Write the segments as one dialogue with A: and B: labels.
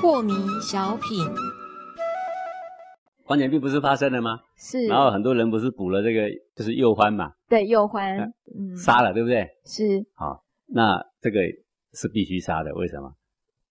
A: 破迷小品
B: 黄碱病不是发生了吗？
A: 是，
B: 然后很多人不是补了这个，就是右欢嘛，
A: 对右欢，
B: 呃
A: 嗯，
B: 杀了，对不对？
A: 是
B: 那这个是必须杀的，为什么？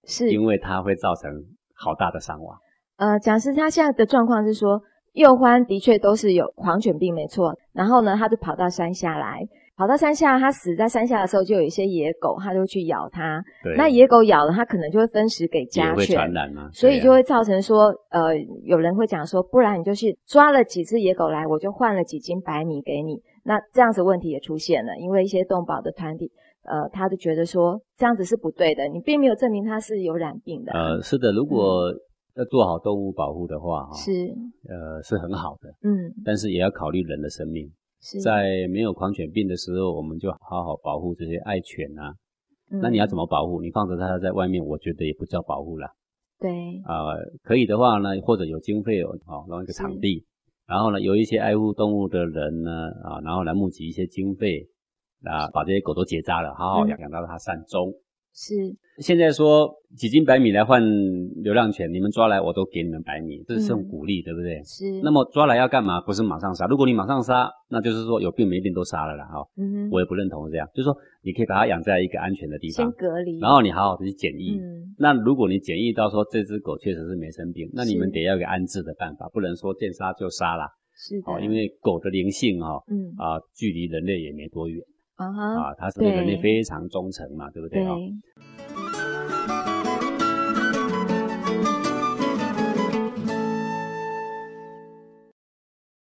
A: 是，
B: 因为它会造成好大的伤亡。
A: 呃，讲师他现在的状况是说，右欢的确都是有狂犬病，没错。然后呢，他就跑到山下来，跑到山下，他死在山下的时候，就有一些野狗，它就去咬它。
B: 对，
A: 那野狗咬了，它可能就会分食给
B: 也
A: 家
B: 会传
A: 犬。
B: 染啊，
A: 所以
B: 对啊
A: 就会造成说，呃，有人会讲说，不然你就是抓了几只野狗来，我就换了几斤白米给你。那这样子问题也出现了，因为一些动保的团体，呃，他就觉得说这样子是不对的，你并没有证明它是有染病的啊、
B: 呃，是的，如果要做好动物保护的话，哈，
A: 嗯是，
B: 呃，是很好的，
A: 嗯，
B: 但是也要考虑人的生命。
A: 是。
B: 在没有狂犬病的时候，我们就好好保护这些爱犬啊。
A: 嗯
B: 那你要怎么保护？你放着它在外面，我觉得也不叫保护啦。
A: 对，
B: 啊、可以的话呢，或者有经费哦，哦弄一个场
A: 是
B: 地，然后呢，有一些爱护动物的人呢，啊，然后来募集一些经费，啊，把这些狗都结扎了，好好
A: 嗯
B: 养，养到它善终。
A: 是
B: 现在说几斤白米来换流浪犬，你们抓来我都给你们白米，这是很
A: 嗯
B: 鼓励，对不对？
A: 是。
B: 那么抓来要干嘛？不是马上杀。如果你马上杀，那就是说有病没病都杀了啦。哈、
A: 嗯哼，
B: 我也不认同这样，就是说你可以把它养在一个安全的地
A: 先
B: 方，
A: 隔离，
B: 然后你好好的去检疫。
A: 嗯
B: 那如果你检疫到说这只狗确实是没生病，那你们
A: 是
B: 得要有个安置的办法，不能说见杀就杀啦。
A: 是的，
B: 哦，因为狗的灵性哈、哦、
A: 嗯
B: 啊、距离人类也没多远
A: 啊哈
B: 啊，它是对人类
A: 对
B: 非常忠诚嘛，对不对
A: 对
B: 啊、